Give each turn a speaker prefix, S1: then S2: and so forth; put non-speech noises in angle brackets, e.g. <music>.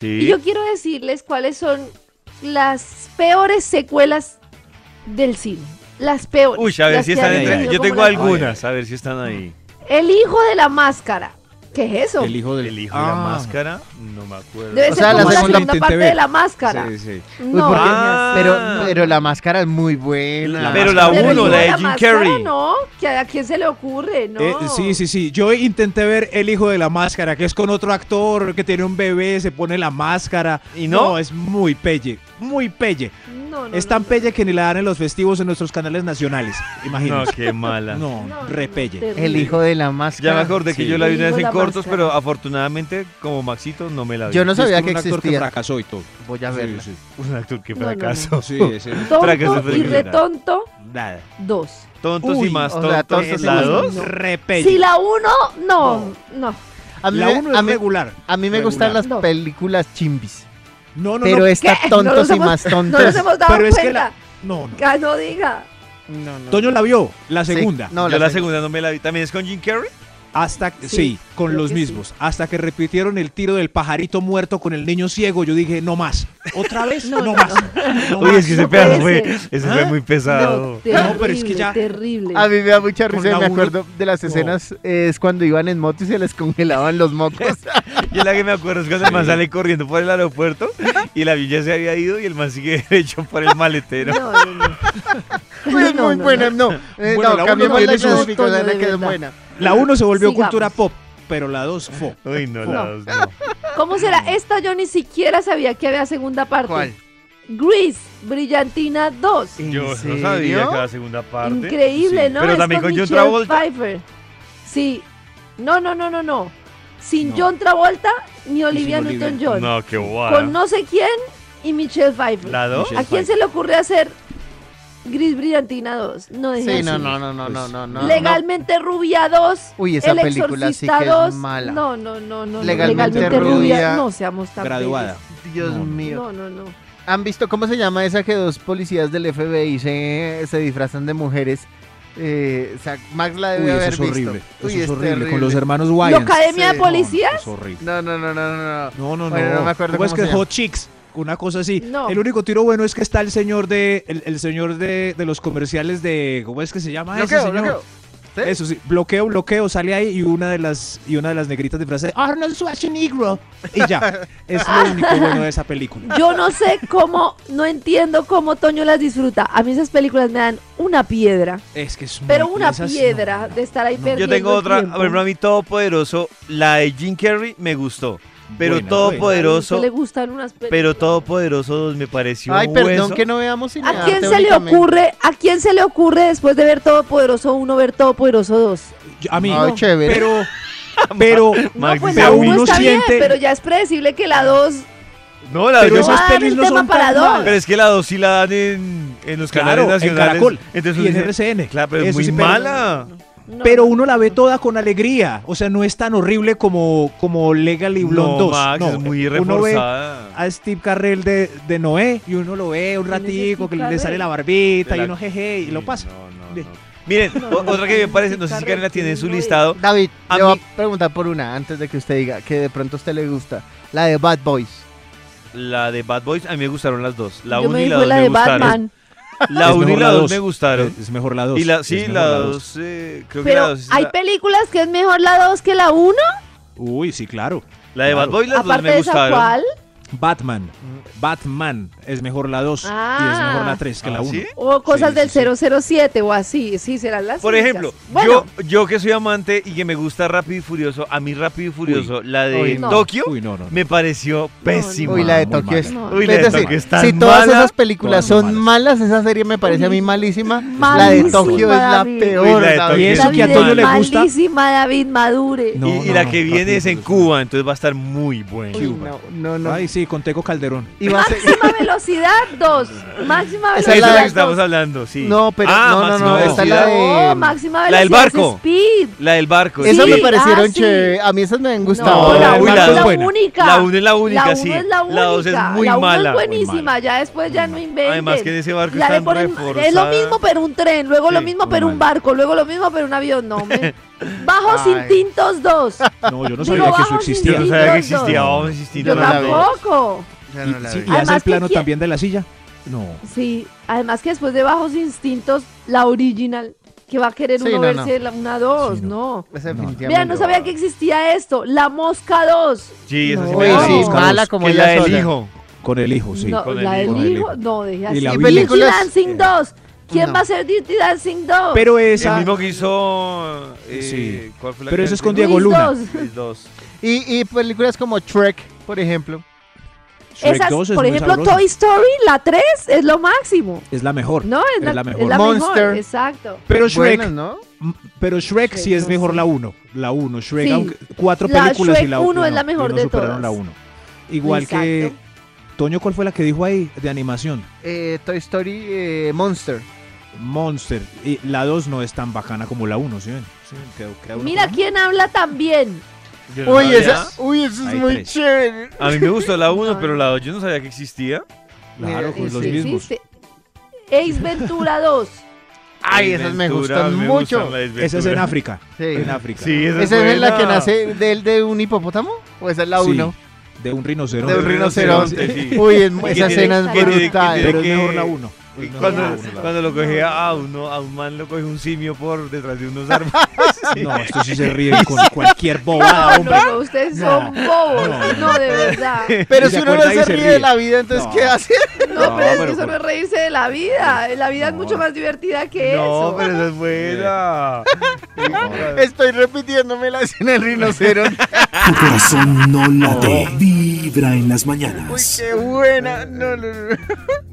S1: Sí. Y yo quiero decirles cuáles son las peores secuelas del cine. Las peores.
S2: Uy, a ver
S1: las
S2: si
S1: que
S2: están
S1: han
S2: entre-
S1: tenido
S2: Yo
S1: como
S2: tengo
S1: la-
S2: algunas, a ver si están ahí.
S1: El hijo de la máscara. ¿Qué es eso?
S3: El hijo del
S2: El hijo
S3: Ah.
S2: de la máscara, no me acuerdo.
S1: Debe
S3: O
S1: ser
S3: sea,
S1: como la
S3: la
S1: segunda,
S3: segunda Intenté
S1: parte
S3: ver.
S1: de la máscara.
S3: Sí, sí.
S4: Uy,
S1: No,
S4: ¿por qué?
S2: Ah.
S4: Pero, pero la máscara es muy buena.
S2: La Pero la
S1: pero el
S2: uno,
S1: hijo
S2: la de
S1: la
S2: Jim
S1: máscara,
S2: Carrey.
S1: No, ¿Que a, ¿a quién se le ocurre? No.
S5: Eh, sí, sí, sí. Yo intenté ver El Hijo de la Máscara, que es con otro actor que tiene un bebé, se pone la máscara.
S2: ¿Y no?
S5: es muy pelle, muy pelle.
S1: No, no,
S5: es tan
S1: no, no.
S5: pelle que ni la dan en los festivos en nuestros canales nacionales.
S2: No,
S5: Imagínate.
S2: qué mala.
S1: No,
S5: No,
S1: no,
S5: repelle.
S1: terrible.
S4: El hijo de la máscara.
S2: Ya me acordé que
S5: Sí.
S2: yo la vi una
S1: El hijo
S2: vez
S1: de
S2: en
S1: la
S2: cortos,
S1: máscara.
S2: pero afortunadamente, como Maxito, no me la vi.
S4: Yo no
S5: Es
S4: sabía
S5: con
S4: que
S5: un actor que
S4: existía.
S5: fracasó y todo.
S4: Voy a
S5: Sí,
S4: verla. <laughs>
S5: sí.
S2: <laughs> Un actor que
S1: No, no, no.
S2: fracasó.
S5: Sí, sí.
S2: Fracaso
S1: Tonto y
S2: criminal.
S1: retonto,
S5: Nada.
S1: dos.
S2: Tontos
S5: Uy,
S2: y más
S4: o sea,
S2: tontos.
S4: tontos y
S2: la
S4: más
S2: dos.
S1: No.
S5: Repelle.
S1: Si la uno, no, no.
S4: A mí,
S5: La
S4: me-
S5: uno
S4: a
S5: es
S4: mí-
S5: regular.
S4: a mí me
S5: regular.
S4: gustan las
S1: No.
S4: películas chimbis.
S5: No, no,
S4: pero
S5: no.
S4: Pues está
S1: ¿Qué? <laughs> No
S4: tontos
S1: nos
S4: y
S1: hemos-
S4: más
S1: No nos
S4: tontos.
S1: hemos dado
S5: Pero es
S1: cuenta.
S5: que la. No, no.
S1: Ah, no diga.
S4: No, no.
S5: Toño la vio, la
S4: Sí,
S5: segunda.
S4: no,
S2: Yo la
S4: seg-
S2: segunda no me la vi. ¿También es con Jim Carrey?
S5: Hasta
S1: Sí,
S5: sí,
S1: creo
S5: con los
S1: que sí.
S5: mismos. Hasta que repitieron el tiro del pajarito muerto con el niño ciego, yo dije, no más. ¿Otra vez?
S1: No, no,
S5: No, más. <laughs> No
S2: Oye,
S5: más.
S2: es que ese
S1: no
S2: pedazo
S1: puede
S2: fue,
S1: ser.
S2: ese fue
S5: ¿Ah?
S2: muy pesado.
S1: terrible,
S5: No, pero es que ya-
S1: Terrible.
S4: A mí me da mucha
S5: Con
S4: risa,
S5: la
S4: me
S5: uno-
S4: acuerdo de las
S5: No.
S4: escenas, eh, es cuando iban en moto y se les congelaban los
S5: <laughs>
S4: mocos.
S2: Yo la que me acuerdo es cuando el man sale corriendo por el aeropuerto y la villa se había ido y el man sigue <laughs> derecho por el maletero.
S1: No, no, no.
S4: Muy,
S1: No,
S4: muy
S1: no,
S4: buena, no. eh,
S5: Bueno,
S4: no,
S5: la
S4: cambiemos
S5: uno
S4: la
S5: tiene sus-
S4: clasificación,
S1: Toño, de
S4: que es
S1: verdad.
S4: buena.
S5: La uno se volvió
S1: Sigamos.
S5: cultura pop, pero la dos fue.
S2: Uy, no,
S1: No.
S2: la dos, no.
S1: ¿Cómo será? Esta yo ni siquiera sabía que había segunda parte.
S4: ¿Cuál?
S1: Grease, Brillantina 2.
S4: ¿En
S2: Yo no
S4: serio?
S2: sabía que la segunda parte.
S1: Increíble,
S2: Sí.
S1: ¿no?
S2: Pero
S1: Es
S2: también con John
S1: Michelle
S2: Travolta.
S1: Pfeiffer. Sí. No, no, no, no, no. Sin
S5: No.
S1: John Travolta ni Olivia
S5: Olivia.
S1: Newton-John.
S2: No, qué
S1: Con
S2: guay.
S1: no sé quién y Michelle Pfeiffer.
S2: ¿La dos?
S1: ¿A quién se le ocurre hacer Gris Brillantina 2? No, dejen
S4: Sí,
S1: así.
S4: no, no, no, no, no,
S5: Pues,
S4: no, no.
S1: Legalmente Rubia 2.
S4: Uy, esa
S1: El
S4: película sí
S1: Exorcista
S4: que
S1: 2.
S4: es mala.
S1: No, no, no, no.
S4: Legalmente Rubia.
S1: No seamos tan
S5: Graduada.
S4: Dios
S5: No, no.
S1: felices.
S4: mío.
S1: No, no, no.
S4: ¿Han visto cómo se llama esa que dos policías del FBI se, se disfrazan de mujeres? Eh, o sea, Max la debe
S5: Uy, eso
S4: haber
S5: es
S4: visto.
S5: horrible.
S4: Uy,
S5: eso es horrible. Con
S4: terrible.
S5: los hermanos Wayans.
S1: ¿Academia de
S4: sí,
S1: Policía?
S5: Es horrible.
S4: No, no, no, no, no. no.
S5: No, no, no.
S4: Bueno, no me acuerdo
S5: ¿Cómo es
S4: cómo
S5: que
S4: se
S5: es
S4: llama.
S5: Hot Chicks? Una cosa así.
S1: No.
S5: El único tiro bueno es que está el señor de el, el señor de, de los comerciales de ¿cómo es que se llama Ah, ese
S4: Bloqueo,
S5: señor?
S4: bloqueo. ¿Sí?
S5: Eso sí, bloqueo, bloqueo, sale ahí y una de las y una de las negritas de frase Arnold Schwarzenegger y ya.
S2: <laughs>
S5: Es lo único bueno de esa película.
S1: Yo no sé cómo, no entiendo cómo Toño las disfruta. A mí esas películas me dan una piedra,
S5: Es que es muy-
S1: pero una
S5: esas-
S1: piedra
S5: no,
S1: de estar ahí perdiendo.
S2: Yo tengo
S1: el
S2: otra,
S1: tiempo.
S2: por ejemplo, a mí Todopoderoso, la de Jim Carrey me gustó. Pero
S5: Buena,
S1: ¿A
S2: Todopoderoso,
S1: usted le gustan unas películas?
S2: pero Todopoderoso 2 me pareció
S4: Ay,
S2: un
S4: perdón
S2: hueso. <laughs>
S4: que no veamos cine
S1: ¿A quién
S4: arte
S1: se le
S4: únicamente.
S1: ocurre, a quién se le ocurre después de ver Todopoderoso 1 ver Todopoderoso 2?
S5: Yo- a mí,
S4: Ay, chévere.
S5: pero pero
S1: <laughs> No,
S2: Max
S1: pues
S2: dice,
S1: la
S5: pero
S2: "Uy,
S1: 1
S5: uno
S1: está bien,
S5: siente-
S1: pero ya es predecible que la 2
S2: No, la
S5: pero
S2: yo-
S1: no va
S5: esas
S1: a dar
S5: pelis
S1: el
S5: no
S1: Ah, tema
S5: son
S1: para
S5: tan
S1: dos.
S5: malas.
S2: Pero es que la 2 sí la dan en, en los canales
S5: Claro, en
S2: nacionales.
S5: Caracol
S2: Entonces uno
S5: y en
S2: dice,
S5: RCN.
S2: Claro, pero es
S5: Eso
S2: muy
S5: sí, pero-
S2: mala.
S5: pero uno la ve toda con alegría, o sea, no es tan horrible como como Legal y Blonde
S2: no,
S5: 2.
S2: Max,
S5: no,
S2: es muy
S5: uno ve
S2: reforzada.
S5: a Steve Carrell de, de Noé y uno lo ve un
S1: ¿Quién es
S5: ratico
S1: Steve
S5: que
S1: Carrell?
S5: le sale la barbita
S2: De la-
S5: y uno jeje y lo
S2: Sí,
S5: pasa.
S2: no, no,
S5: Bien.
S2: no. Miren,
S1: <laughs> No,
S2: o-
S1: no,
S2: otra que me
S1: no,
S2: parece,
S1: no,
S2: no sé si
S1: no,
S2: Karen la tiene en su
S1: no, no,
S2: listado.
S4: David,
S2: A
S4: yo
S2: mí-
S4: voy a preguntar por una antes de que usted diga que de pronto a usted le gusta. La de Bad Boys.
S2: La de Bad Boys, a mí me gustaron las dos. La
S1: yo
S2: 1
S1: me
S2: y la
S1: dijo
S2: 2
S1: la
S2: me
S1: de
S2: gustaron.
S1: Batman,
S2: La
S5: Es
S2: 1 y
S5: mejor
S2: la
S5: la
S2: 2
S5: dos.
S2: me gustaron.
S5: Eh, Es mejor la 2.
S2: Y la, sí, la 2, eh, creo que la
S1: pero
S2: 2 es
S1: hay
S2: la,
S1: películas que es mejor la 2 que la 1,
S5: Uy, sí, claro.
S2: la de Bad
S5: claro.
S2: Boy, las dos
S1: aparte
S2: me
S1: de esa
S2: gustaron.
S1: cual.
S5: Batman.
S2: Mm.
S5: Batman es mejor la 2 y es
S1: Ah.
S5: mejor la 3 que la
S2: ¿Ah,
S5: 1.
S2: sí?
S1: O cosas
S5: Sí,
S1: del
S5: sí,
S1: 007 o así, sí, serán las
S2: Por
S1: suyas.
S2: ejemplo,
S1: bueno,
S2: yo, yo que soy amante y que me gusta Rápido y Furioso, a mí Rápido y Furioso, la de
S4: Uy,
S1: no.
S2: Tokio,
S5: Uy, no, no.
S2: me pareció pésima.
S4: Uy, la de
S5: muy
S4: Tokio
S5: mala.
S4: es.
S1: No,
S2: Uy, la
S4: Es
S2: de
S4: decir,
S2: Tokio es tan
S4: si todas
S2: mala.
S4: esas películas
S5: todas son
S4: son malas, esa serie me parece a mí malísima. La de
S1: Malísima,
S4: Tokio es la
S1: David.
S4: peor.
S2: Uy, la de
S4: David.
S2: Tokio
S5: Y
S2: es
S5: eso que a
S1: David,
S2: muy
S5: Toño
S1: es
S5: le
S2: mala.
S5: gusta.
S1: malísima, David, madure.
S5: No,
S2: y, y la que
S5: Rápido y
S2: viene es en
S5: Furioso.
S2: Cuba, entonces va a estar muy buena.
S4: Uy,
S5: Cuba.
S4: no, no, no.
S5: Ay, sí, con Teco Calderón.
S4: Y va
S1: <laughs>
S4: a ser-
S1: Máxima velocidad 2. Máxima
S4: Esa
S2: Esa
S4: es
S2: es
S1: velocidad.
S4: la
S2: la
S4: de-
S2: que estamos
S1: dos.
S2: hablando, sí.
S4: No, pero-
S2: Ah,
S4: no, no,
S2: máxima
S4: no, esta es la
S2: velocidad.
S1: No,
S4: de-
S1: máxima velocidad.
S2: La del
S1: es
S2: barco.
S1: Speed.
S2: La del barco.
S1: Sí,
S4: Esas me
S1: ah,
S4: parecieron
S1: sí.
S4: chévere. A mí esas me han gustado.
S1: No,
S2: No,
S1: la
S2: uy,
S1: una
S2: la
S1: es la
S2: dos.
S1: única.
S2: La 1 es la única,
S1: La
S2: sí.
S1: uno es la única.
S2: La 2 es muy
S1: la uno
S2: mala.
S1: es buenísima. Ya después ya no inventen.
S2: Además que en ese barco
S1: Ya le
S2: están
S1: ponen- es lo
S2: reforzadas.
S1: mismo pero un tren, luego lo
S2: Sí,
S1: mismo
S5: muy
S1: pero un
S5: mal.
S1: barco, luego lo mismo pero un avión, no, hombre. Bajos
S4: Ay.
S1: Instintos 2.
S5: No, yo
S1: Digo,
S2: <laughs>
S5: no sabía que eso
S1: vamos,
S5: existía.
S2: Yo no sabía
S1: Instintos dos.
S2: que existía Vamos
S1: Yo
S2: Instintos.
S4: no la vi.
S1: tampoco.
S4: Ya
S5: Y,
S4: no la
S5: sí,
S4: vi.
S5: y hace
S1: Además,
S5: el plano
S1: ¿qué quiere?
S5: también de la silla. No.
S1: Sí, además que después de Bajos Instintos, la original, que va a querer
S4: Sí,
S1: uno
S4: no,
S1: verse la- una 2,
S5: Sí,
S1: no.
S4: Esa
S5: No, no.
S4: definitivamente
S1: Mira, no sabía que existía esto. La Mosca 2.
S2: Sí, esa sí
S1: No.
S2: me
S4: Oye,
S2: la vi.
S4: sí,
S5: Vamos,
S4: mala
S5: Carlos,
S4: como
S2: Que
S4: ella
S2: la del
S4: sola.
S2: hijo.
S5: Con el hijo, Pues sí.
S1: no,
S2: con el
S1: la
S2: hijo,
S1: del
S5: con el
S1: hijo,
S5: hijo.
S1: no, deje
S5: Y
S1: así.
S5: la
S1: Dirty
S4: películas-
S1: Dancing 2. ¿Quién
S4: No.
S1: va a ser Dirty Dancing 2?
S5: Pero esa.
S2: El mismo que hizo. eh,
S5: Sí.
S2: ¿cuál fue la
S5: Pero
S2: que
S5: eso es
S2: hizo?
S5: con Diego
S1: Luis
S5: Luna.
S1: dos.
S2: Luis dos.
S4: Y, y películas como Trek, por ejemplo.
S5: Shrek
S1: Esas,
S5: 2 es
S1: por
S5: muy
S1: ejemplo,
S5: sabrosa.
S1: Toy Story, la 3 es lo máximo.
S5: Es la mejor.
S1: No, es, la, mejor. Es la
S4: Monster.
S1: mejor, exacto.
S5: Pero Shrek,
S4: Buenas, ¿no?
S5: m- pero Shrek sí
S1: Shrek
S5: es
S1: dos,
S5: mejor
S1: sí.
S5: la 1. La 1. Shrek,
S1: Sí.
S5: aunque- cuatro
S1: La
S5: películas y
S1: Shrek
S5: la
S1: uno
S5: y
S1: es la
S5: no-
S1: mejor
S5: y no
S1: de
S5: superaron
S1: todas.
S5: la 1. Igual que.
S1: Exacto.
S5: Toño, ¿cuál fue la que dijo ahí de animación?
S4: Eh, Toy Story eh, Monster.
S5: Monster. Y la 2 no es tan bacana como la 1, ¿sí ven? Sí, quedó- queda uno
S1: Mira
S5: con-
S1: quién habla también.
S2: Yo no
S4: Uy,
S2: sabía.
S4: esa, uy, eso es
S5: Hay
S4: muy
S5: tres.
S4: chévere.
S2: A mí me gustó la 1,
S1: No.
S2: pero la 2 yo no sabía que existía.
S5: Claro,
S4: Mira,
S5: con
S4: y
S5: los
S4: sí
S5: mismos.
S1: existe. Ace Ventura 2.
S4: Ay, esas me
S2: Desventuras,
S4: gustan
S2: me
S4: mucho.
S2: gustan las
S5: Esa es en
S2: desventuras.
S5: África.
S4: Sí.
S5: En África.
S2: Sí, esa,
S4: ¿Esa es la que
S2: buena.
S4: nace del de un hipopótamo? ¿O esa es la
S5: Sí,
S4: 1?
S5: de un rinoceronte.
S4: de un rinoceronte.
S2: sí.
S4: Uy, es-
S1: Y que
S4: esa
S1: tiene-
S4: escena es
S1: que tiene- que
S4: brutal.
S5: Pero es
S2: que-
S5: mejor la 1.
S2: Y
S1: no,
S2: Cuando,
S1: no, no.
S2: cuando lo coge a uno, a un man lo coge un simio por detrás
S1: <laughs>
S2: de unos árboles.
S5: No, esto sí se ríe con cualquier
S1: No, <laughs>
S5: bobada, Ah, hombre.
S1: no, ustedes son bobos. No, de verdad.
S4: Pero
S5: Y se
S4: si uno no
S5: acuerda y
S4: se
S5: se
S4: ríe
S5: ríe.
S4: de la vida, entonces
S5: No.
S4: ¿qué hace?
S1: No, pero es que
S5: pero
S1: eso
S5: por-
S1: no es reírse de la vida. La vida
S5: No.
S1: es mucho más divertida que
S2: no,
S1: eso.
S2: pero esa es buena.
S4: Estoy repitiéndome la escena del rinoceronte.
S3: Tu
S5: Ah.
S3: corazón no late, vibra en las mañanas.
S4: Uy, qué buena. No, no, no.